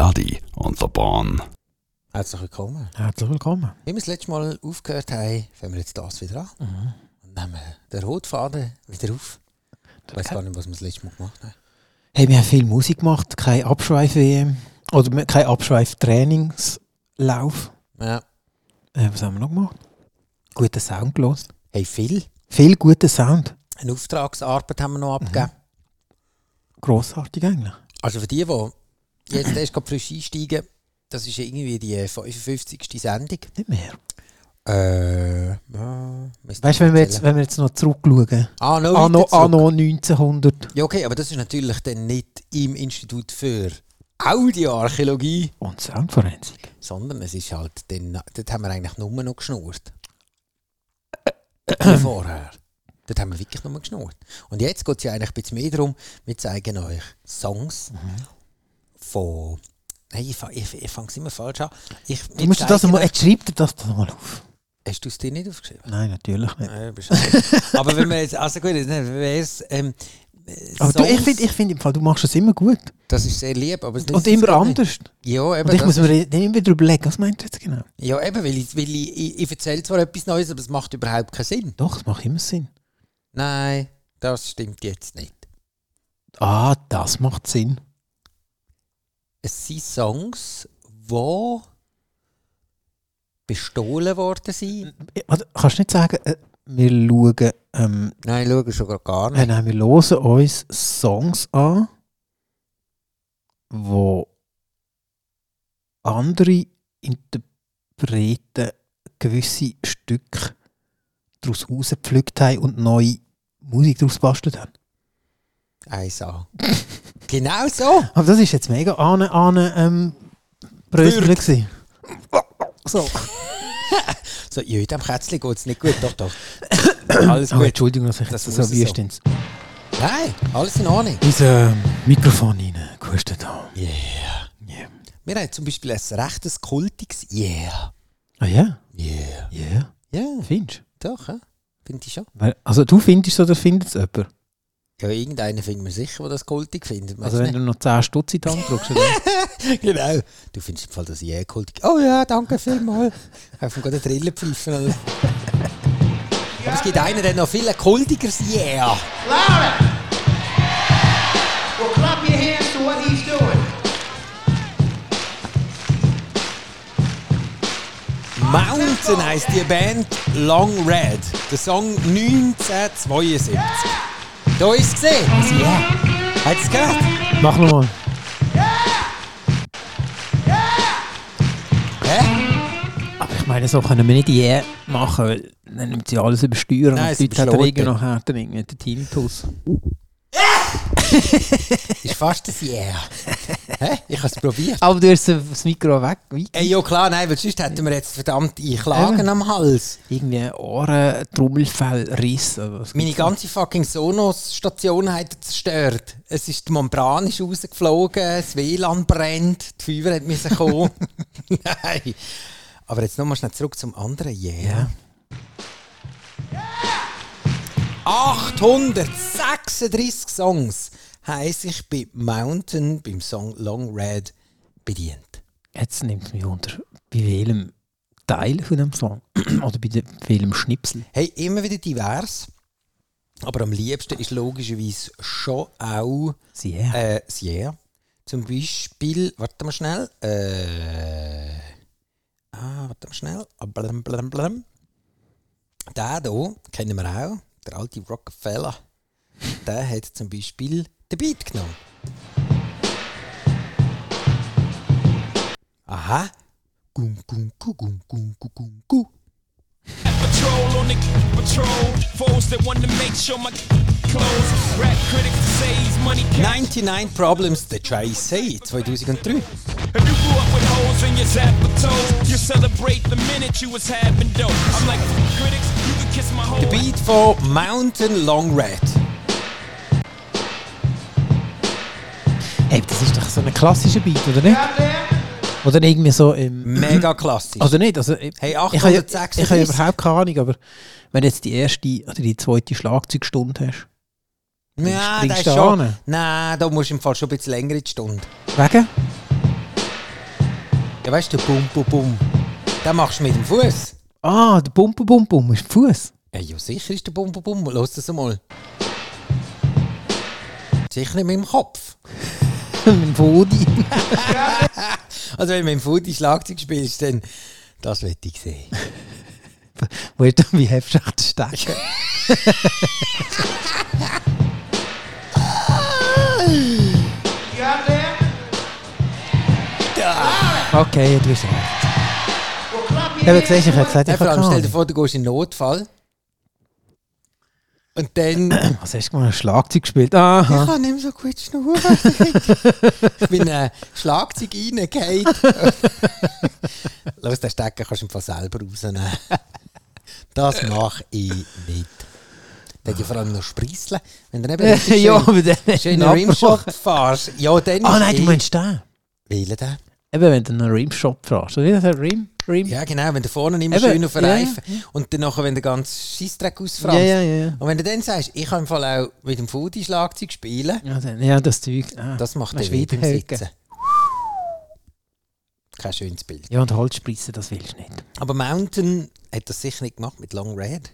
Adi und der Bahn. Herzlich willkommen. Herzlich willkommen. Wie wir das letzte Mal aufgehört haben, fangen wir jetzt das wieder an. Und nehmen den Rotfaden wieder auf. Ich weiß gar nicht, was wir das letzte Mal gemacht haben. Hey, wir haben viel Musik gemacht, kein Abschweif-WM oder me- kein Abschweif-Trainingslauf. Ja. Äh, was haben wir noch gemacht? Guten Sound gelost. Hey, viel. Viel guter Sound. Eine Auftragsarbeit haben wir noch abgegeben. Grossartig eigentlich. Also für die, die jetzt erst gerade frisch einsteigen, das ist ja irgendwie die 55. Sendung. Nicht mehr. Äh, ja, müsst Weißt du, wenn wir jetzt, wenn wir jetzt noch zurückschauen? Ah, noch Anno, weiter zurück. anno 1900 Ja, okay, aber das ist natürlich dann nicht im Institut für Audioarchäologie, und Soundforensik. sondern es ist halt dann, dort haben wir eigentlich nur noch geschnurrt. Wie vorher. Dort haben wir wirklich nur geschnurrt. Und jetzt geht es ja eigentlich ein bisschen mehr darum, wir zeigen euch Songs von... Nein, ich, fa- ich, ich fange es immer falsch an. Ich, Du musst dir das mal, jetzt schreibt dir das doch mal auf. Hast du es dir nicht aufgeschrieben? Nein, natürlich nicht. Nein, du bist halt- Aber wenn man jetzt, also gut, jetzt wäre es, ähm, äh, Aber du, ich Songs- finde ich find im Fall, du machst es immer gut. das ist sehr lieb, aber es Und nützt es immer gerade nicht. anders. Ja, eben, Und ich das muss ist- mir dann immer wieder überlegen, was meinst du jetzt genau? ja, eben weil, ich, weil ich, ich, ich erzähle zwar etwas Neues, aber es macht überhaupt keinen Sinn. Doch, es macht immer Sinn. Nein, das stimmt jetzt nicht. Ah, das macht Sinn. Es sind Songs, die bestohlen worden sind. Ja, warte, Kannst du nicht sagen, äh, wir schauen, ähm, Nein, schau schon gerade gar äh, nicht. nein, wir hören uns Songs an, wo andere Interpreten gewisse Stücke daraus rausgepflückt haben und neue Musik daraus gebastelt haben. Äh. Eins an. genau so. Aber das ist jetzt mega an, an ähm, Brösel Wirkt. gewesen. So. So, ja, in diesem Kätzchen geht es nicht gut. Doch, doch. Alles Oh, gut. Entschuldigung, dass ich Das das muss so es wüst so. ins Nein, alles in Ordnung. ins, ähm, Mikrofon reingehustet habe. Yeah. Yeah. Wir haben zum Beispiel ein rechtes kultiges Yeah. Ah ja? Yeah. Ja, Ja, findest du? doch, ja. finde ich schon. Weil- Also du findest oder findet es jemand? Ja, irgendeinen finden wir sicher, der das kultig findet. Also wenn du noch 10 Stutz in die Hand drückst, dann genau. Du findest im Fall das je kultig. Oh ja, danke vielmals. Auf dem guten Triller pfeifen. Oder? Aber es gibt einen, der noch viel kultiger ist. Yeah. Louder! Well, clap your hands to what he's doing. Mountain heisst die Band Long Red. Der Song 1972. Da ist es gesehen. Das Yeah. Hat es gehört? mach nochmal. Hä? Aber ich meine, so können wir nicht je machen, weil dann nimmt sie alles übersteuern Nein, und sie die Leute haben beschlagen. irgendwie noch härter irgendwie den Tinnitus. Ist fast das Yeah. Hä? Ich habe es probiert. Aber du hast das Mikro weg, wie? Ey, ja klar, nein, weil sonst hätten wir jetzt verdammt Klagen am Hals. Irgendwie Ohren, Trommelfell, Riss. oder was Meine gibt's ganze fucking Sonos-Station hat er zerstört. Es ist, die Membran ist rausgeflogen, das WLAN brennt, die Feuer hat müssen kommen. Nein. Aber jetzt nochmal schnell zurück zum anderen Yeah. 836 Songs heiss ich bei Mountain, beim Song Long Red, bedient. noch? Jetzt nimmt es mich unter, bei welchem Teil von dem Song oder bei de- welchem Schnipsel. Hey, immer wieder divers. Aber am liebsten ist logischerweise schon auch Sie ja. Äh, Sierra. Zum Beispiel, warte mal schnell. Äh, ah, warte mal schnell. Ah, Blam, blam, blam. Den hier kennen wir auch, der alte Rockefeller. Der hat zum Beispiel den Beat genommen. Aha. Gum, gum, gu, gum, gum, gu, gum, gu. Patrol on the patrol. Foes that want to make sure my clothes. Rap critics to say he's money. Now, 99 Problems, The Jay Z, 2003. if you grew up with holes in your zappatos, you celebrate the minute you was having dope. I'm like, "F- critics, you can kiss my whole The Beat von Mountain Long Red. Hey, das ist doch so ein klassischer Beat, oder nicht? Out there? Oder irgendwie so im... Mega klassisch. Also nicht, also ich, Hey, ich, habe ja- ich habe 836. ja überhaupt keine Ahnung, aber wenn du jetzt die erste oder die zweite Schlagzeugstunde hast, Nein, Springst das ist du schon. an? Nein, da musst du im Fall schon ein bisschen länger in die Stunde. wegen? Ja, weißt du, bum, bum, bum. Den machst du mit dem Fuß. Ah, der Bum Bum Bum Bum ist Fuß. Ja, ja, sicher ist der Bum, bum, bum. Lass das einmal. Sicher nicht mit dem Kopf. mit dem Body. Also, wenn du mit dem Fudi Schlagzeug spielst, dann. Das will ich sehen. Wo ist denn mein Heftschacht stecken? You out there? Okay, du hast recht. Well, clap your Eben, hands. siehst du, ich habe gesagt, Ja, ich vor habe allem, keine stell dir Ahnung. vor, du gehst in Notfall. Und dann. Was hast du mal ein Schlagzeug gespielt? Aha. Ich kann nicht mehr so gut schnurren. Ah. ich bin ein Schlagzeug reingehauen. Los, den Stecker kannst du im Fall selber rausnehmen. Das mache ich nicht. Der hat ja vor allem noch Spreisseln. Wenn du eben richtig ja, schön, aber dann hast du schön ihn Rimshot abgebrochen. fährst, ja, dann Ah ist nein, du eh- meinst den. Wähle den. Eben, wenn du einen Rimshot fragst. Oder wie heißt der? Rim? Rim? Ja, genau, wenn du vorne immer Eben, schön auf den ja, ja, Reifen und dann nachher, wenn der ganze Scheissdreck ausfranst. Ja, ja, ja. Und wenn du dann sagst, ich kann im Fall auch mit dem Foodie Schlagzeug spielen, Ja, dann, ja das Zeug. Ah, das macht Weisst er du, weh beim Weidhöcke. Sitzen. Kein schönes Bild. Ja, und Holzspritzen, das willst du nicht. Aber Mountain hat das sicher nicht gemacht mit Long Red.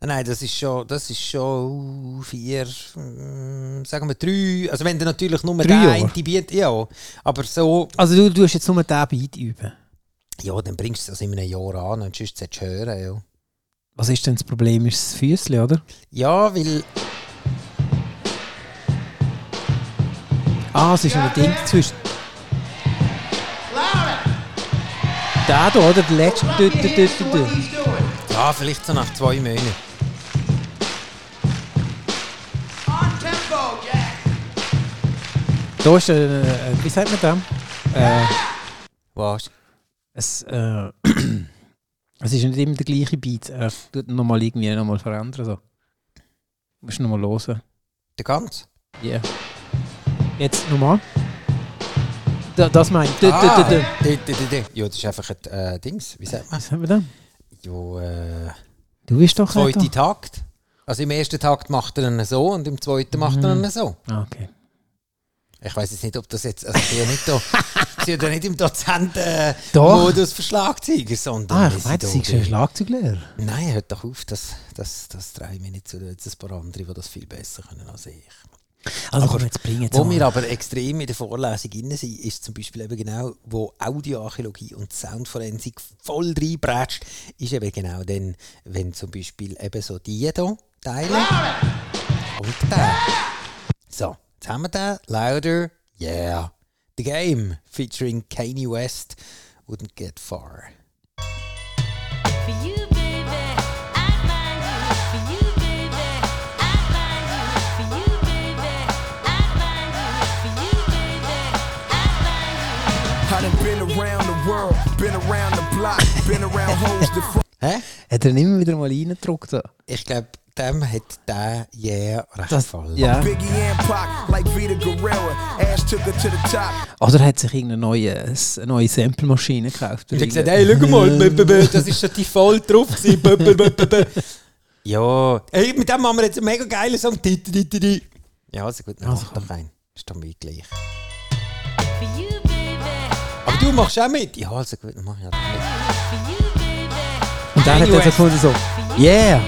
Äh, Nein, das ist schon, das ist schon uh, vier, mm, sagen wir drei. Also wenn du natürlich nur Drei den Jahre? einen bietet, ja. Aber so, Also du tust jetzt nur den Beat üben. ja, dann bringst du das in einem Jahr an und sonst solltest du hören, ja. Was ist denn das Problem? Ist das Füßchen, oder? Ja, weil, Ah, es ist ein Ding zwischen... Louder. Der da, oder? Der letzte... Clap Du, your du, du, hands to du, what du. he's doing. ja, vielleicht so nach zwei Monaten. On tempo, Jack. Da ist ein... Äh, wie sagt man dem? Äh, Was? es, äh, es ist nicht immer der gleiche Beat. Er tut ihn nochmal irgendwie nochmal verändern. So. Musst du nochmal hören. Der ganze? Ja. Yeah. Jetzt nochmal. Da, das meint... Du, du, du, du. Ah, dü- dü- dü- dü. Ja, das ist einfach ein äh, Dings, wie sagt man? Was haben wir da? Ja, äh... Du bist doch... zweite nicht Takt. Also im ersten Takt macht er einen so und im zweiten macht er einen so. da. Ah, okay. Ich weiß jetzt nicht, ob das jetzt. Also ich bin ja nicht, da, ich bin ja nicht im Doch. Dozenten-Modus für Schlagzeuger, sondern. Ah, wir ich meine, sind du da siehst ein bei- Schlagzeuglehrer. Nein, hört doch auf, das, das, das drehe mir nicht zu. Da gibt es ein paar andere, die das viel besser können als ich. Also komm, jetzt bring jetzt Wo wir aber extrem in der Vorlesung drin sind, ist zum Beispiel eben genau, wo Audioarchäologie und Soundforensik voll reinbratscht, ist eben genau dann, wenn zum Beispiel eben so die hier Teile und der. So, jetzt haben wir den. Louder, yeah. The Game featuring Kanye West wouldn't get far. For you, baby, I find you. For you, baby, I find you. For you, baby, I find you. For you, baby, I find you. I done been around the world, been around the block, been around hoes that fuck Hä? Hat er immer wieder mal reingedruckt? so? Ich glaube, dem hat der Yeah recht Das- gefallen. ja. Biggie and Pac, like Vita Guerrera. Ash took her to the top. Oder hat sich irgendeine neue, eine neue Sample-Maschine gekauft? Und ich gesagt, hey, schau mal, b- b- b- das ist schon die voll drauf. gewesen. B- b- b- b- b- Ja, hey, mit dem haben wir jetzt einen mega geilen Song. Di- di- di- di- di. Ja, also gut, dann Also, mach doch einen. Ist doch mir gleich. For you, baby, Aber du machst auch mit. Ja, also gut, dann mach ich halt auch mit. for you, baby, Und dann hat er so gefunden, so, yeah!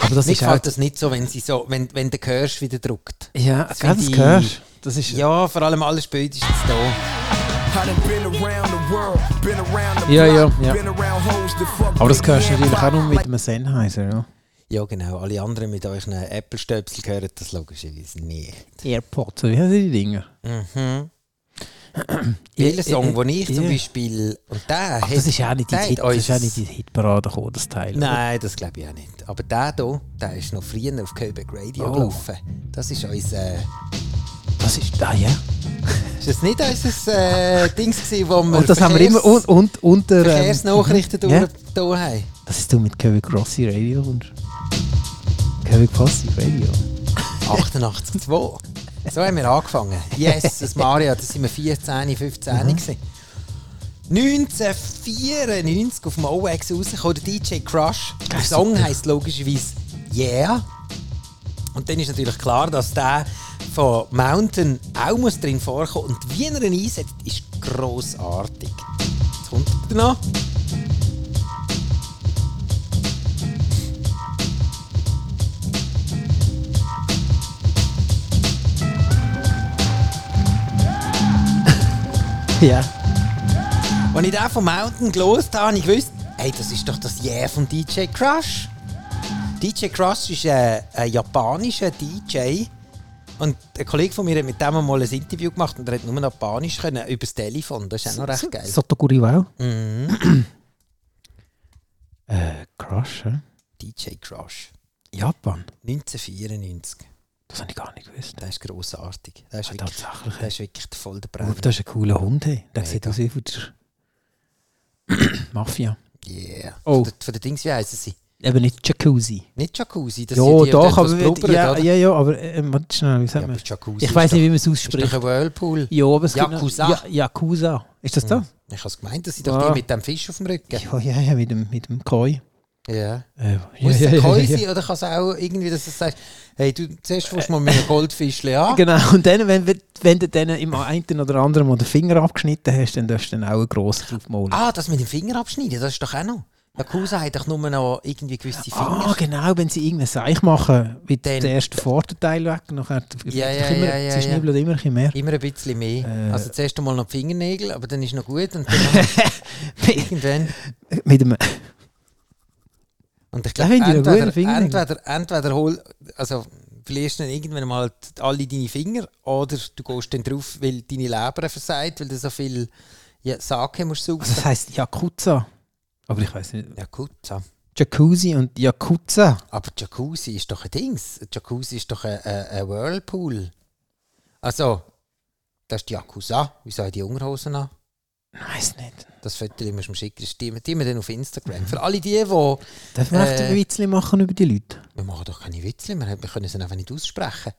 Aber das Mir ist halt... gefällt das nicht so, wenn, sie so, wenn, wenn der hörst, wie der drückt. Ja, Das gell, finde das ich- hörst du. Das ist... Ja, vor allem alles spätestens da. I done been around the world, been around the Yeah, block, yeah, yeah. been around hoes that fuck Aber das Biggie hörst du and natürlich auch Pac, nur mit like- einem Sennheiser, ja. Ja, genau. Alle anderen mit euren Apple-Stöpseln hören das logischerweise nie. AirPods, wie heißen die Dinger? Mhm. Welcher Song, den ich zum ja. Beispiel. Und der Ach, das ist ja auch nicht in der die hat Hit- das ist ja uns- nicht in die Hitparade gekommen, das Teil. oder? Nein, das glaube ich auch nicht. Aber der hier, der ist noch früher auf Quebec Radio Oh. gelaufen. Das ist unser. Das ist... Ah, ja. Ist das nicht unser äh, Ding, gewesen, wo wir. Und das haben wir Verkehrs- immer un un unter... ähm, Verkehrsnachrichten ja. durchgetan haben. Das ist du mit Kevin Grossi Radio und Kevin Grossi Radio. 88,2. So haben wir angefangen. Yes, das Mario, das sind wir 14, 15 mhm. gewesen. 1994 auf dem OX rausgekommen, der DJ Crush. Der Song heisst logischerweise Yeah. Und Und dann ist natürlich klar, dass der von Mountain auch muss drin vorkommen Und wie er ihn einsetzt, ist grossartig. Jetzt kommt er noch. Ja. Als ich den von Mountain gelost habe, habe ich gewusst, hey, das ist doch das Yeah von DJ Crush. DJ Crush ist ein, ein japanischer DJ. Und ein Kollege von mir hat mit dem mal ein Interview gemacht und er hat nur Japanisch können, über das Telefon. Das ist auch noch recht geil. Sotoguri wow. Mhm. äh, Crush, hä? DJ Crush. Japan. 1994. Das habe ich gar nicht gewusst. Das ist grossartig. Das ist, Ah, wirklich, tatsächlich, Oh, das ist wirklich voll der Wow, Brenner. das ist ein cooler Hund, hey. Der sieht Mega. aus wie von der Mafia. Yeah. Oh. Von, der, von den Dings, wie heissen sie? Eben nicht Jacuzzi. Nicht Jacuzzi, das Ja, sind die, doch, die das aber blubbern, ja, oder? ja, ja, aber äh, warte schnell, wie sagt Ja, man? aber Jacuzzi Ich weiß ist nicht, wie man es doch, ist ausspricht. doch ein Whirlpool. Ja, aber es gibt noch- Yakuza. Hm. Ja, Yakuza. Ist das da? Ich habe es gemeint, das sind doch Ah. die mit dem Fisch auf dem Rücken. Ja, ja, ja, mit dem, mit dem Koi. Ja. Äh, Muss es ja, ein ja, Koi ja, ja. sein oder kann es auch irgendwie, dass du sagst, hey, du zuerst fängst du mal mit einem Goldfischchen an. Genau, und dann, wenn, wir- wenn du dann im einen oder anderen mal den Finger abgeschnitten hast, dann darfst du dann auch einen grossen draufmalen. Ah, das mit dem Finger abschneiden, das ist doch auch noch. Yakuza hat doch nur noch irgendwie gewisse Finger. Ah, genau, wenn sie irgendeinen Seich machen, wird Dann- der erste Vorderteil weg, nachher der- Ja, ja, der Kimmer- ja, ja, sie ja. schnibbeln immer ein bisschen mehr. Immer ein bisschen mehr. Äh. Also zuerst einmal noch die Fingernägel, aber dann ist noch gut und dann irgendwann. mit dem, Und ich Da glaube, finde ich noch gute entweder, Finger. entweder, entweder hol, also verlierst du dann irgendwann mal t- alle deine Finger oder du gehst dann drauf, weil deine Leber versagt, weil du so viel ja, Sake musst saugen. also das heisst Yakuza. Aber ich weiß nicht. Ja gut, so. Jacuzzi und Yakuza. aber Jacuzzi ist doch ein Dings. Jacuzzi ist doch ein, ein, ein Whirlpool. Also, das ist die Yakuza. Wieso hat die Unterhosen an? Ich weiß nicht. Das Foto musst du mir schicken. Das stimmt die wir dann auf Instagram. Für alle die, die... Darf man Äh. echt ein Witzchen machen über die Leute? Wir machen doch keine Witze, wir haben- wir können sie einfach nicht aussprechen.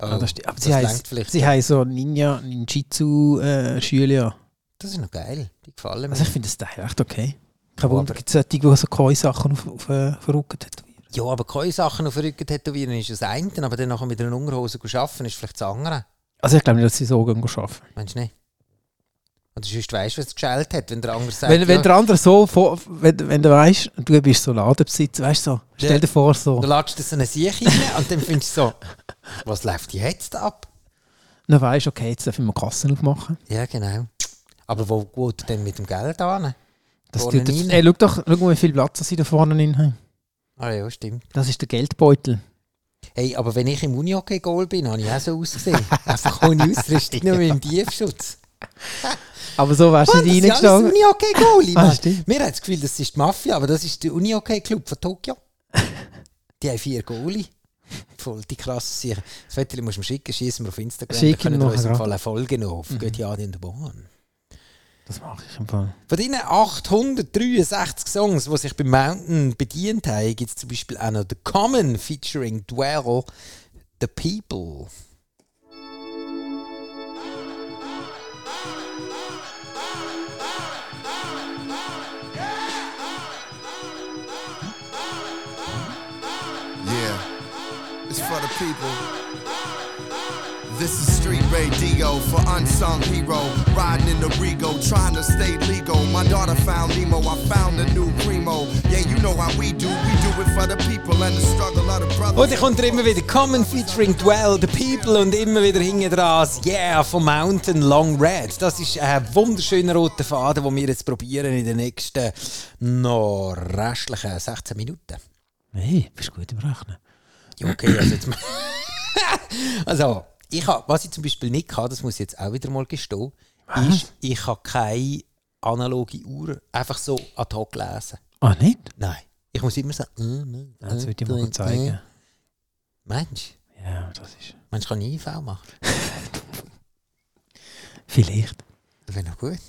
Ähm, Ah, das stimmt. Aber sie das heisst- langt vielleicht. Sie haben so Ninja, äh, Ninjitsu-Schüler. Das ist noch geil, die gefallen mir. also ich finde das Teil echt okay. Kein Aber- Wunder, gibt es solche, die so Koi-Sachen auf, auf äh, Rücken tätowieren. ja, aber keine Sachen auf den Rücken tätowieren ist das eine, aber dann nachher mit einer Unterhose zu arbeiten ist vielleicht das andere. Also ich glaube nicht, dass sie so gehen arbeiten. Meinst du nicht? Oder sonst weißt du, was geschält hat, wenn der andere sagt, Wenn, wenn ja, der andere so, vor- wenn, wenn du weißt, du bist so Ladenbesitzer, weißt du so, stell dir vor so, du latschst dir so eine Siech rein und dann findest du so, was läuft jetzt ab? dann weißt du, okay, jetzt darf ich mal Kassen aufmachen. Ja, genau. Aber wo geht denn mit dem Geld an? Das Vorne tut jetzt, rein. ey, schau doch, schau mal, wie viel Platz sie da vorne drin haben. Ah ja, stimmt. Das ist der Geldbeutel. Hey, aber wenn ich im Unihockey-Goal bin, habe ich auch so ausgesehen. Einfach ohne Ausrüstung, nur mit dem Tiefschutz. Aber so wärst du Mann, das nicht ist ja alles reingestanden. Unihockey-Goal. Ah, Ah, stimmt. Mir hat das Gefühl, das ist die Mafia, aber das ist der Unihockey-Club von Tokio. Die haben vier Goalie. Voll die krasse Sache. Das Foto musst du mir schicken, schießen wir auf Instagram. Schick Dann können ihm wir nachher uns Mhm. im grad. Fall eine Folge noch auf. Geht ja in der Bahn. Das mache ich im Fall. Von diesen 863 Songs, die sich bei Mountain bedient haben, gibt es zum Beispiel auch noch The Common featuring Dwell, The People. Yeah, it's for the people. This is street radio for unsung hero. Riding in the Rego, trying to stay legal. My daughter found Nemo, I found the new primo. Yeah, you know how we do. We do it for the people and the struggle of the brothers. Und ich kommt immer wieder Common featuring Dwell, The People und immer wieder hinten dran das Yeah von Mountain Long Red. Das ist ein wunderschöner roter Faden, den wir jetzt probieren in den nächsten noch restlichen 16 Minuten. Hey, bist gut im Rechnen. Ja, okay, also jetzt mal. also, ich hab, was ich zum Beispiel nicht kann, das muss ich jetzt auch wieder mal gestehen, ist, ich habe keine analoge Uhr einfach so ad hoc lesen. Ah, nicht? Nein. Ich muss immer sagen, mm, mm, Das würde ich mal gut zeigen. Mensch, Ja, das ist. Mensch kann IV machen. Vielleicht. Das wäre noch gut.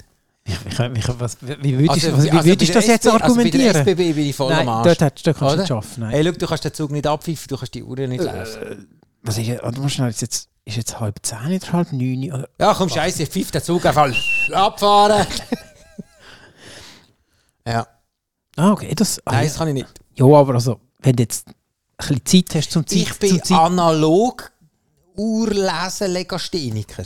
Ich, ich, ich, was, wie- wie würdest, Also, was, wie also bei würdest du der das jetzt SB argumentieren? Also bei der SBB bin ich voll Nein, am Arsch. dort, hättest- dort kannst du Oder? nicht schaffen. Nein. Ey, schau, du kannst den Zug nicht abpfeifen, du kannst die Uhr nicht Äh. lesen. was ist, jetzt- warte mal schnell, ist jetzt, ist jetzt halb zehn oder halb neun? Oder? Ja, komm, scheiße, pfeif den Zug einfach abfahren. ja, Ah, okay, das. Ah, nein, ja. Ah, das kann ich nicht. ja, aber also, wenn du jetzt ein bisschen Zeit hast zum Zeit. Ich bin zum Zeit. analog urlesen Legastheniker.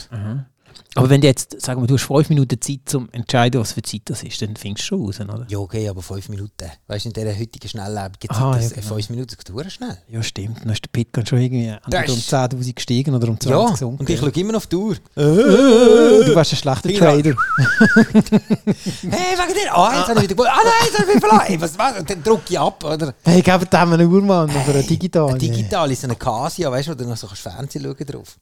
Aber wenn du jetzt, sagen wir, du hast fünf Minuten Zeit, um zu entscheiden, was für Zeit das ist, dann findest du schon raus, oder? Ja, okay, aber fünf Minuten. Weißt du, in dieser heutigen schnelllebigen Zeit, Aha, ja, das- genau. äh, fünf Minuten das geht verdammt schnell. Ja, stimmt. Dann ist der Pit dann schon irgendwie entweder um ist- 10.000 gestiegen oder um 20 Ja, gesunken. Äh, und ich schaue immer noch auf die Uhr. Du warst ein schlechter Genau. Trader. Hey, wegen dir! Ah, jetzt habe ich wieder gewonnen. Ah nein, jetzt habe ich wieder verloren. Hey, was, was? Und Dann drücke ich ab, oder? Hey, geben dem einen Uhrmann oder einen digitalen. Ein digital ist so eine Casio, weißt du, wo du noch so kannst Fernsehen schauen drauf.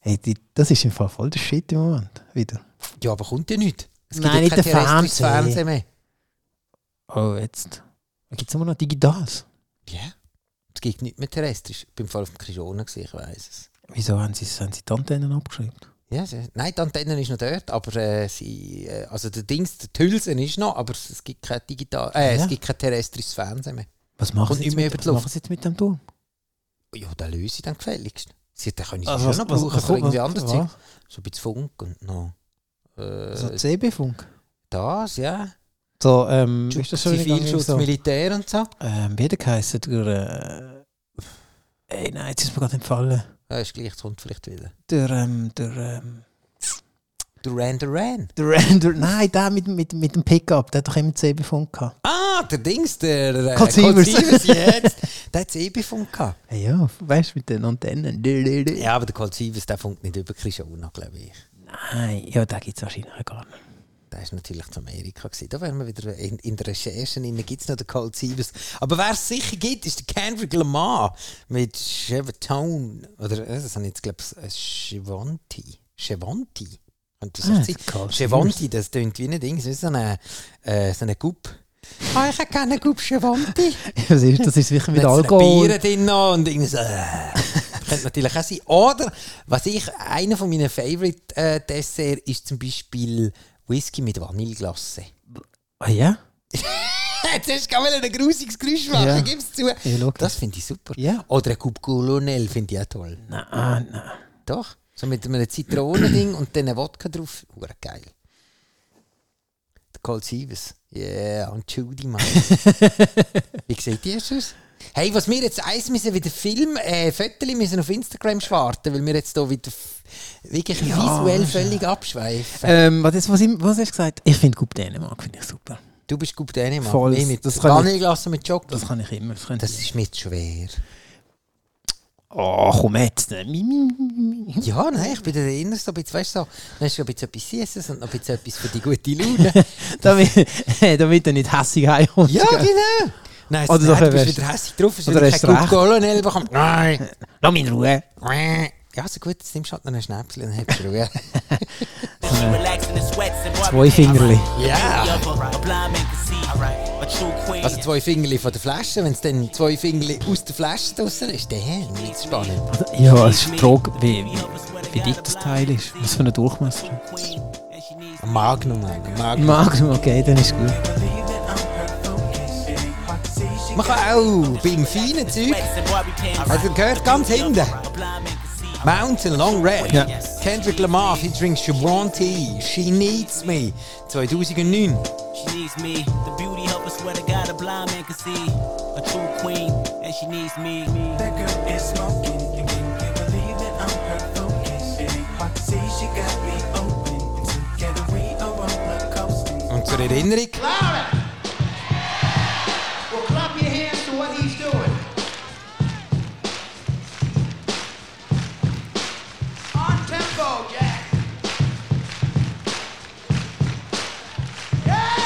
Hey, die, das ist im Fall voll der Shit im Moment. Wieder. Ja, aber kommt ja nichts. Es Nein, ja nicht kein der terrestrisches Fernseher. Fernsehen mehr. Oh, jetzt. Gibt es immer noch Digitales? Ja. Es gibt nichts mehr terrestrisch. Ich bin vor auf dem Krishona, gewesen, ich weiss es. Wieso haben sie, haben sie die Antennen abgeschrieben? Ja, sie- nein, die Antenne ist noch dort, aber äh, sie, äh, also der Dings, die Hülse ist noch, aber es gibt kein digital, äh, Ja. es gibt kein terrestrisches Fernsehen mehr. Was machen Kommt sie nicht jetzt, mehr mit, über die was Luft. machen sie jetzt mit dem Turm? Ja, dann löse ich dann gefälligst. Sie dann können sie Also schon noch brauchen für irgendwie anderes Zeug. was? Also So ein bisschen Funk und noch äh, So CB-Funk. das, ja. So, ähm, wie ist das schon gegangen? Zivilschutz, so, Militär und so. ähm, wie der geheissen? Der, äh, ey, nein, jetzt ist mir gerade entfallen. Ja, ist gleich, es kommt vielleicht wieder. Der, ähm, der, ähm, Duran Duran. der Render, nein, der mit, mit, mit dem Pickup, der hat doch immer CB-Funk gehabt. Ah, der Dings, der äh, Colt Sievers. Colt Sievers jetzt. Der hat CB-Funk gehabt. Hey, Ah ja, weißt du, mit den Antennen. Ja, aber der Colt Sievers, der funkt nicht über Krishona, glaube ich. Nein, ja, den gibt es wahrscheinlich gar nicht. Der war natürlich zu Amerika. Gewesen. Da wären wir wieder in, in der Recherche. Gibt es noch den Cold Sievers? Aber wer es sicher gibt, ist der Kendrick Lamar mit Chevatone. Oder äh, das habe ich jetzt, glaube ich, Chevanti. Chevanti. Könnte das Ah, nicht sein? der Colt Chevanti, das tönt wie ein Ding. Das ist so eine, äh, so eine Gup. Ah, ich habe keine Gup Chevanti. das, ist, das ist sicher mit Dann hat's noch Bier Alkohol. drin noch und irgendwie so. äh. Könnte natürlich auch sein. Oder, was ich, einer von meinen Favorite äh, Dessert ist zum Beispiel Whisky mit Vanilleglasse. Ah ja? Jetzt hast du gar wieder ein grusiges Geräusch machen, Ja. gib's zu. Ja, schau. Das finde ich super. Ja. Oder ein Coupe Colonel finde ich auch toll. Nein, ah, nein. Doch. So mit einem Zitronending und dann Wodka drauf. Hure geil. Der Cold Sievers. Yeah, und Judy, Mann. Wie sieht ihr aus? Hey, was wir jetzt eins müssen, wie der Film, äh, Fotos müssen auf Instagram schwarten, weil wir jetzt hier wieder f- wirklich visuell völlig abschweifen. Ähm, was, ist- was, ich- was hast du gesagt? Ich finde Coupe Dänemark finde ich super. Du bist gut Dänemark. Voll, Ich nicht. das Das kann kann ich- ich lassen mit Jogging. Das kann ich immer. Das, könnte Das ist mir zu schwer. Oh, komm jetzt. ne. Mi, mi, mi, mi. Ja, nein, ich bin da immer so ein bisschen, weißt du, so, dann hast du noch ein bisschen etwas Süßes und noch ein bisschen etwas für die gute Laune. Damit, damit er nicht hässig heimkommst. ja, genau. Nein, Oder oder nachher nein, du bist wärst- wieder hässlich drauf, hast oder wieder hast keinen recht. guten Colonel bekommen. Nein. Lass mich in Ruhe. Ja, so gut, jetzt nimmst du halt noch einen Schnäpsel und hast Ruhe. Zwei Fingerli. Ja. Also Also zwei Fingerli von der Flasche, wenn es dann zwei Fingerli aus der Flasche draussen ist, dann wird es spannend. Also, ja, es ist die Frage, wie, wie dick das Teil ist. Was für ein Durchmesser. Ein Magnum, ein Magnum. Magnum, okay, dann ist gut. Man kann auch beim feinen Zeug, also gehört ganz hinten, Mountain Long Red, Ja. Kendrick Lamar featuring Shawanti, She Needs Me, 2009. She needs me. The beauty of her sweater got a blind man can see. A true queen, and she needs me. That girl is smoking, and can you believe it? I'm her focus. It ain't hard to see, she got me open. And together we are roller coasting. Und zur Erinnerung, Louder. Well, clap your hands to what he's doing. On tempo, Jack. Yeah!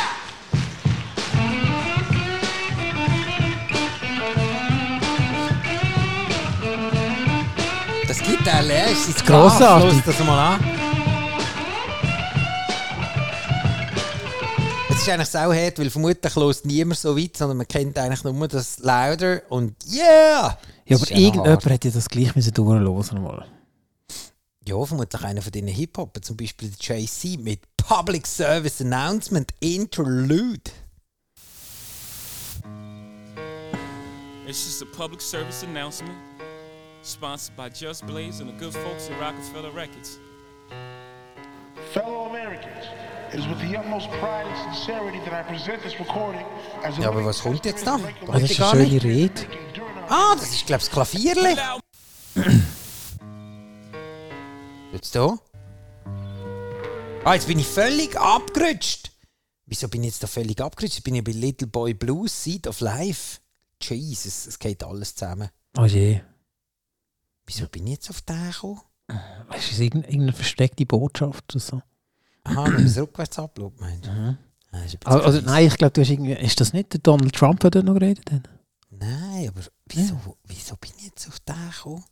das Gitarre äh, ist jetzt Grossartig. Schau das mal an. Es ist eigentlich auch hart, weil vermutlich hört niemand so weit, sondern man kennt eigentlich nur das Louder und Yeah! Ja, Das ist aber noch hart. irgendjemand hätte ja das gleich müssen durchhören mal. Ja, vermutlich einer von deinen Hip-Hopper, zum Beispiel der JC mit Public Service Announcement Interlude. It's just a public service announcement sponsored by Just Blaze and the good folks at Rockefeller Records. Fellow Americans, it is with the utmost pride and sincerity that I present this recording as a Ja, aber was kommt jetzt da? Das Wollte ich ist gar eine schöne nicht. Rede. enduring our Ah, das ist, glaube ich, das Klavierli. Jetzt da. Ah, jetzt bin ich völlig abgerutscht. Wieso bin ich jetzt da völlig abgerutscht? Ich bin ja bei Little Boy Blues, Seed of Life. Jesus, es geht alles zusammen. Oh je. Wieso bin ich jetzt auf den gekommen? Weißt du, ist irgendeine, irgendeine versteckte Botschaft oder so? Aha, wenn man es rückwärts abschaut, meinst du? Ah, ist ein bisschen Also, also, fies. nein, ich glaube, du hast irgendwie. Ist das nicht der Donald Trump, der dort noch geredet hat? Nein, aber wieso, wieso bin ich jetzt auf den gekommen?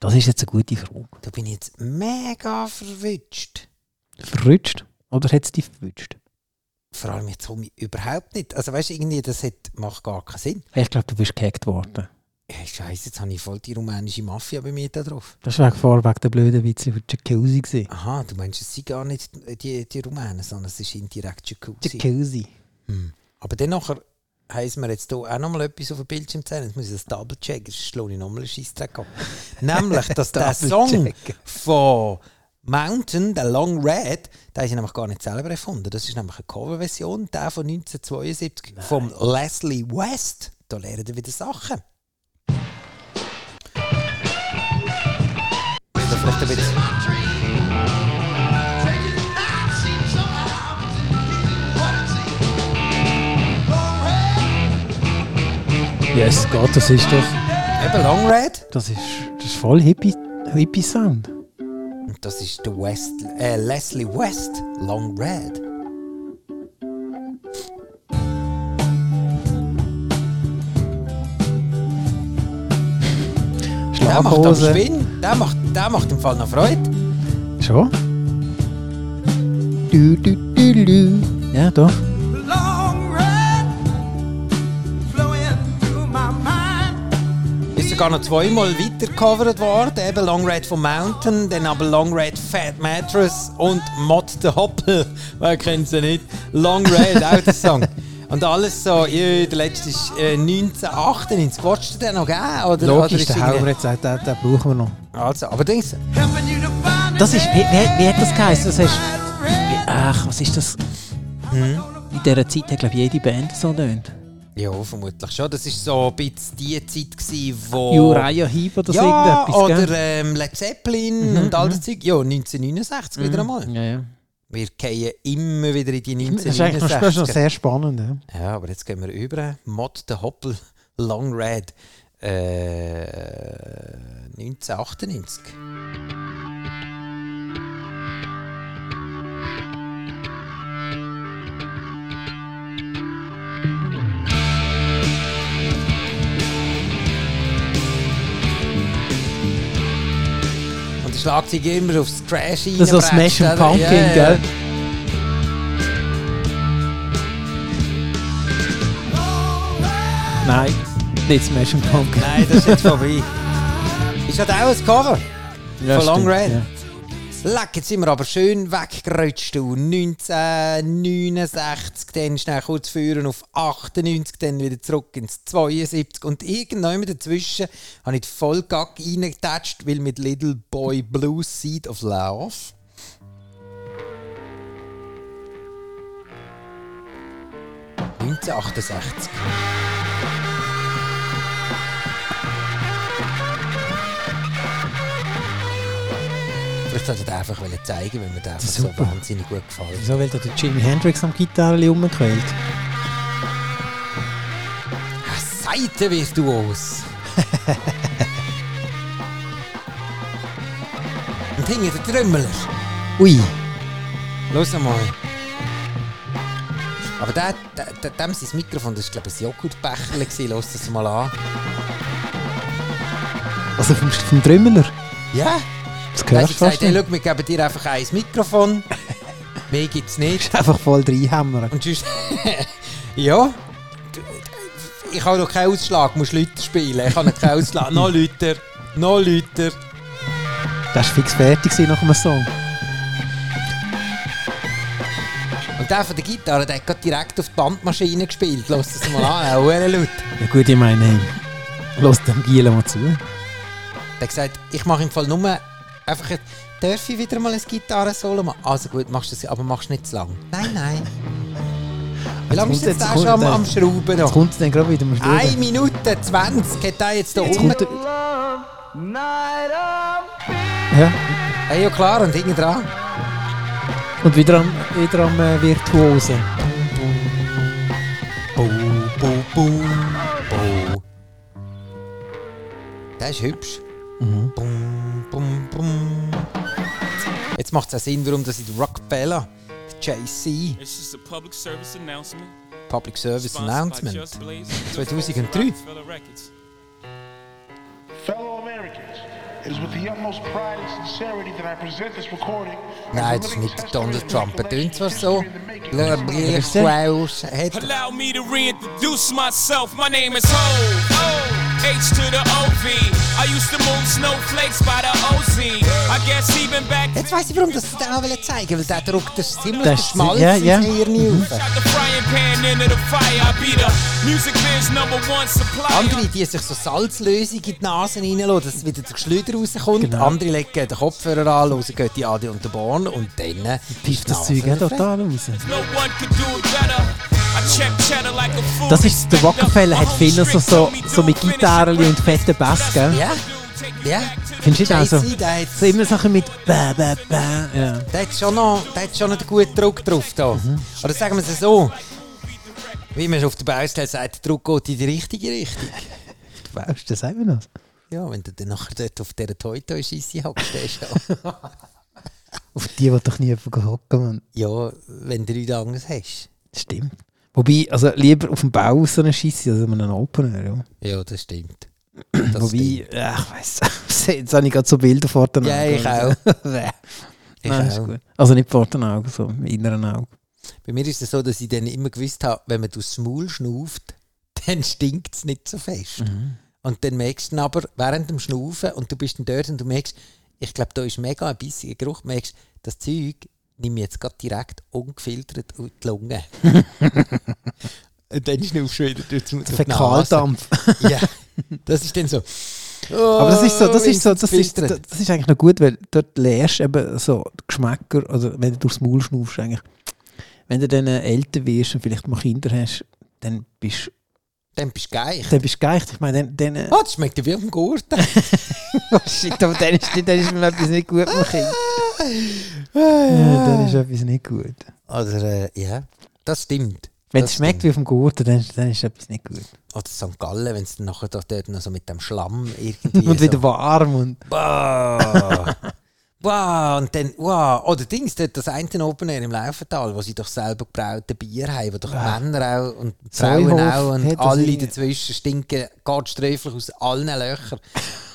Das ist jetzt eine gute Frage. Da bin ich jetzt mega verwünscht. Verrutscht? Oder hat es dich verrutscht? Vor allem jetzt komme ich überhaupt nicht. Also weißt du, irgendwie, das hat, macht gar keinen Sinn. Ich glaube, du bist gehackt worden. Ja, Scheiße, jetzt habe ich voll die rumänische Mafia bei mir da drauf. Das war wegen vorher wegen der blöden Witze von Jacuzzi. gewesen. Aha, du meinst, es sind gar nicht die, die Rumänen, sondern es ist indirekt Jacuzzi. Jacuzzi. Aber dann nachher heisst mir jetzt hier auch nochmal etwas auf dem Bildschirm zeigen. Jetzt muss ich das double checken, sonst schlage ich nochmal einen Scheissdreck ab. Nämlich, dass der Song von Mountain, der Long Red, den ist nämlich gar nicht selber erfunden. Das ist nämlich eine Coverversion, der von 1972, vom Leslie West. Da lernen wir wieder Sachen. Wenn ihr vielleicht ein bisschen Yes, Gott, das ist doch. Eben Long Red. Das ist, das ist voll Hippie- Hippie-Sound. Und das ist der West, äh, Leslie West, Long Red. Der macht am Schlaghose. Spinn. Der macht, der macht im Fall noch Freude. Schon? Du, du, du, du. Ja, doch. Ist sogar noch zweimal weiter gecovert worden. Eben Long Red von Mountain, dann aber Long Red Fat Mattress und Mod the Hoppel. Wer kennt sie nicht? Long Red, auch der Song. Und alles so, ja, der letzte ist äh, 1998. Wolltest du den noch geben? Oder, oder Logisch, ist der irgendwie- Hauer hat gesagt, den, den brauchen wir noch. Also, aber Dings, Das ist, wie, wie, wie hat das geheißen? Das ist, wie, ach, was ist das? Hm? In dieser Zeit hat, glaube ich, jede Band so tönt. ja, vermutlich schon. Das war so ein bisschen die Zeit, gewesen, wo. Uriah Heep Oh. oder so ja, irgendetwas, oder gell? Mhm, ähm, Led Zeppelin und all das Zeug. Ja, 1969 wieder einmal. Ja, ja. Wir gehen immer wieder in die äh, Das ist eigentlich noch, das ist noch 1969. sehr spannend. Ja. Ja, aber jetzt gehen wir über. Mod the Hoppel Long Red äh, 1998. Und die Schlagzeug immer aufs Trash Das ist so Smash and Pumpkin, gell? Nein, nicht Smash and Pumpkin. Nein, das ist jetzt vorbei. Ist halt auch ein Cover. Ja, von Long stimmt, Red. ja. Leck, jetzt sind wir aber schön weggerutscht. Du. 1969, dann schnell kurz führen auf 98, dann wieder zurück ins 72 und irgendwann dazwischen habe ich die Vollgack reingetatscht, weil mit Little Boy Blues Seed of Love. «1968». Vielleicht sollte ich dir einfach zeigen, weil mir der einfach so super. wahnsinnig gut gefallen. Wieso will da der Jimi Hendrix am Gitarre rumgequält? Seite wirst du aus. Und hinten der Trümmeler. Ui, Los mal. Aber der, der, der, dem sein Mikrofon, das war glaube ich ein Joghurtbecherle. gewesen. Los das mal an. also vom, vom Trümmeler. Ja? Das Da gehört hat sie gesagt, fast hey, nicht. schau, wir geben dir einfach ein Mikrofon. Mehr gibt es nicht. Einfach voll reinhämmern. Und sonst... ja? Ich habe noch keinen Ausschlag, musst Leute spielen. Ich habe noch keinen Ausschlag. noch Leute. Noch Leute. Das war fix fertig gewesen nach einem Song. Und der von der Gitarre, der hat gerade direkt auf die Bandmaschine gespielt. Lass das mal an, auch laut. Ja gut, ich meine, hey, lass dem Giel mal zu. Der hat gesagt, ich mache im Fall nur einfach, ein- darf ich wieder mal ein Gitarre-Solo machen? Also gut, machst du das, aber machst nicht zu lang. Nein, nein. Wie lange Jetzt ist jetzt kommt- der schon am, kommt- am Schrauben Jetzt noch? kommt es dann gerade wieder. musst du Eine schauen. Minute 20 geht der jetzt da Jetzt rum. kommt der... Ja, Ja, ja klar, und hinten dran. und wieder am, wieder am äh, Virtuosen. Boom, boom, boom, boom. Der ist hübsch. Mhm. Boom, boom, boom. Jetzt macht es auch Sinn, warum das in Rockfella, JC, It's just a public service announcement. Public Service sponsored by Announcement. Just Blaze and Just 2003. Rockefeller Records. Fellow Americans, it is with the utmost pride and sincerity that I present this recording. Nein, das ist nicht Donald Trump. Er tönt zwar so. Ist er? Blablabla, hat Allow me to reintroduce myself. My name is Ho. Ho. H to the OV. I used to move snowflakes by the OZ. I guess even back Jetzt weiss ich, warum das den auch wollen zeigen weil der drückt das ziemlich Das ist- schmalz ja, ja. ins Hirn auf. Shot the frying pan into the fire. I be the music biz number one supplier. Andere, die sich so Salzlösung in die Nase reinlassen, dass wieder der Geschlüder rauskommt. Genau. Andere legen den Kopfhörer an, hören gehen die Adi und den Born und dann Pifft das Zeug auch total raus. No one could do it better. I check cheddar like a fool. Das ist, der Rockefeller hat viele so, so, so mit Gitarren und fetten Bass, gell? Ja, ja. Findest du nicht auch so? JC, der hat, So immer Sachen mit Bä, Bä, Bä. Ja. der hat schon noch, der hat schon noch einen guten Druck drauf da. Mhm. Oder sagen wir es so, wie man es auf der Baustelle sagt, der Druck geht in die richtige Richtung. Weißt du, das sagen wir noch. Ja, wenn du dann nachher dort auf dieser Toyota-Scheisse hockst, der ist ja. Auf die will doch nie jemand hocken, Mann. Ja, wenn du nichts anderes hast. Stimmt. Wobei, also lieber auf dem Bau aus so einer Schisse als auf einem Opener, ja. Ja, das stimmt. Das Wobei, stimmt. ja, ich weiss, jetzt habe ich gerade so Bilder vor den Augen. Ja, ich auch. Bäh. Ich Nein, ist auch. gut. Also nicht vor den Augen, so im inneren Auge. Bei mir ist es so, dass ich dann immer gewusst habe, wenn man durchs Maul schnauft, dann stinkt es nicht so fest. Mhm. Und dann merkst du dann aber während dem Schnaufen und du bist dann dort und du merkst, ich glaube, da ist mega ein bissiger Geruch, du merkst, das Zeug nimm ich jetzt gerade direkt ungefiltert in die Lunge. und dann schnaufst du wieder durch die durch die Nase. Fäkaldampf. Ja, das ist dann so. Aber das ist so, das Oh, ist so, das ist, gefiltert. das das ist eigentlich noch gut, weil dort lernst du eben so die Geschmäcker, also wenn du durchs Maul schnaufst eigentlich, wenn du dann äh, älter wirst und vielleicht mal Kinder hast, dann bist Dann bist du geil. dann bist du geeicht. Ich meine, dann, dann äh, Oh, das schmeckt ja wie auf dem Gurten. Oh shit, aber dann ist, dann ist mir etwas nicht gut, mein Kind. Ja, dann ist etwas nicht gut. Oder, äh, ja, das stimmt. Wenn Das es schmeckt wie auf dem Gurten, dann, dann ist etwas nicht gut. Oder St. Gallen, wenn es dann nachher doch dort noch so mit dem Schlamm irgendwie. Und wieder so, warm und Bah! Wow, und dann, wow, oder Dings, dort das eine Open Air im Laufental, wo sie doch selber gebraute Bier haben, wo doch Männer auch und Frauen Seuhof auch Ah. hat und das alle irgendwie- dazwischen stinken gottsträflich aus allen Löchern.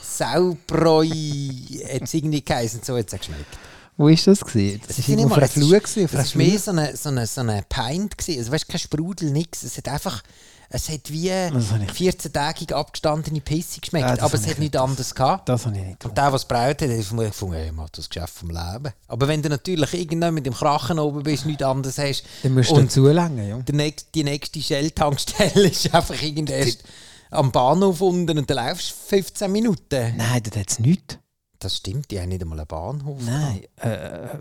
Saubräu hat es irgendwie geheißen, so hat es auch geschmeckt. wo ist das gewesen? Das Es ist war irgendwo nicht auf mal- einer es Flur ist- gewesen. auf einer Es war mehr Flur. so eine, so eine, so eine Pint. Gewesen. Also, weißt du, kein Sprudel, nichts. Es hat einfach. Es hat wie habe ich- 14-tägig abgestandene Pisse geschmeckt. Ja, das aber habe es ich hat nichts anderes gehabt. Das habe ich nicht. Und der, der es braut hat, hat vermutlich gefunden, er macht das Geschäft vom Leben. Aber wenn du natürlich irgendwann mit dem Krachen oben bist, nichts anderes hast. Dann musst du und dazu langen, ja. der nächste, die nächste Shell-Tankstelle ist einfach irgend erst am Bahnhof unten und dann laufst du 15 Minuten. Nein, das hat es nicht. Das stimmt, die haben nicht einmal einen Bahnhof. Nein, äh, äh,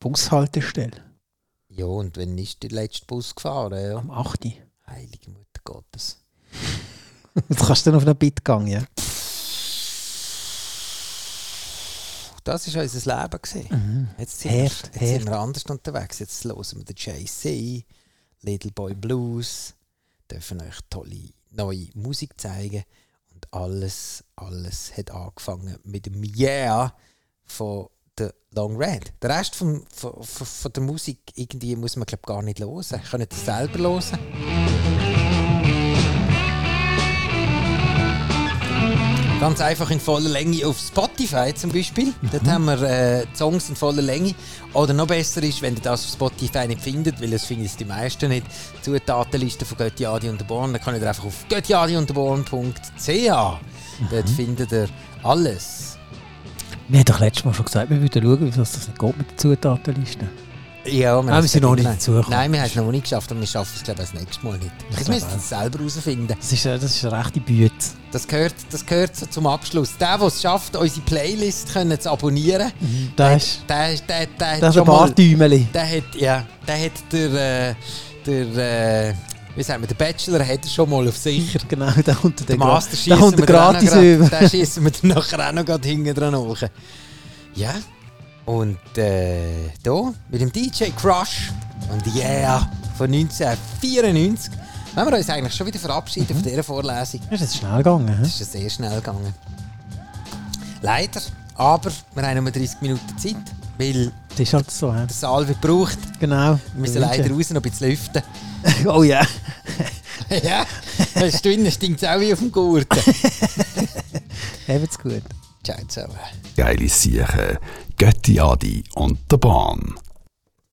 Bushaltestelle Ja, und wenn ist der letzte Bus gefahren? Ja. am 8. Uhr. Heilige Mutter Gottes. Jetzt kannst du dann auf einen Bitgang, ja. Das war unser Leben. Gewesen. Jetzt, sind wir, Hart, jetzt sind hart. wir anders unterwegs. Jetzt hören wir den JC, Little Boy Blues, dürfen euch tolle neue Musik zeigen. Und alles, alles hat angefangen mit dem Yeah von der Long Red. Der Rest von, von, von, von der Musik irgendwie muss man glaub, gar nicht hören. Könnt ihr selber hören? Ganz einfach in voller Länge auf Spotify zum Beispiel. Mhm. Dort haben wir äh, die Songs in voller Länge. Oder noch besser ist, wenn ihr das auf Spotify nicht findet, weil das finden es die meisten nicht, die Zutatenliste von Götti Adi und der Born, dann könnt ihr einfach auf göttiadiunderborn.ch. Mhm. Dort findet ihr alles. Wir haben doch letztes Mal schon gesagt, wir würden schauen, wieso das nicht geht mit der Zutatenliste. Ja, Ah, wir haben es sind noch nicht- nicht dazugekommen. Nein, wir haben es noch nicht geschafft und wir schaffen es, glaube ich, das nächste Mal nicht. Ich glaube müsste es selber herausfinden. Das ist, äh, das ist eine rechte Büte. Das gehört, das gehört so zum Abschluss. Der, der es schafft, unsere Playlist können zu abonnieren, Das ist, der, der, der, das Mhm. ist schon ein mal... paar Däumeli. Der hat, ja, der hat der, äh, der, äh, wie sagen wir, der Bachelor hat er schon mal auf sich. Sicher, genau. Da kommt der, Der Master da schießen kommt der wir dann auch gratis grad- über. Den schießen wir dann nachher auch noch gerade hinten dran hoch. Ja. Und äh, da mit dem DJ Crush und Yeah von 1994. Wenn wir uns eigentlich schon wieder verabschieden Mhm. von dieser Vorlesung, Ist jetzt schnell gegangen. hä? das ist ja sehr schnell gegangen. Leider, aber wir haben nur 30 Minuten Zeit, weil Das ist halt so. hä? der Saal wird gebraucht. Genau. Wir müssen leider raus noch ein bisschen lüften. Oh ja. ja, das ist dünn, stinkt es auch wie auf dem Gurten. Habt's gut. ciao zusammen. Geile Sieche, Götti Adi und der Bahn.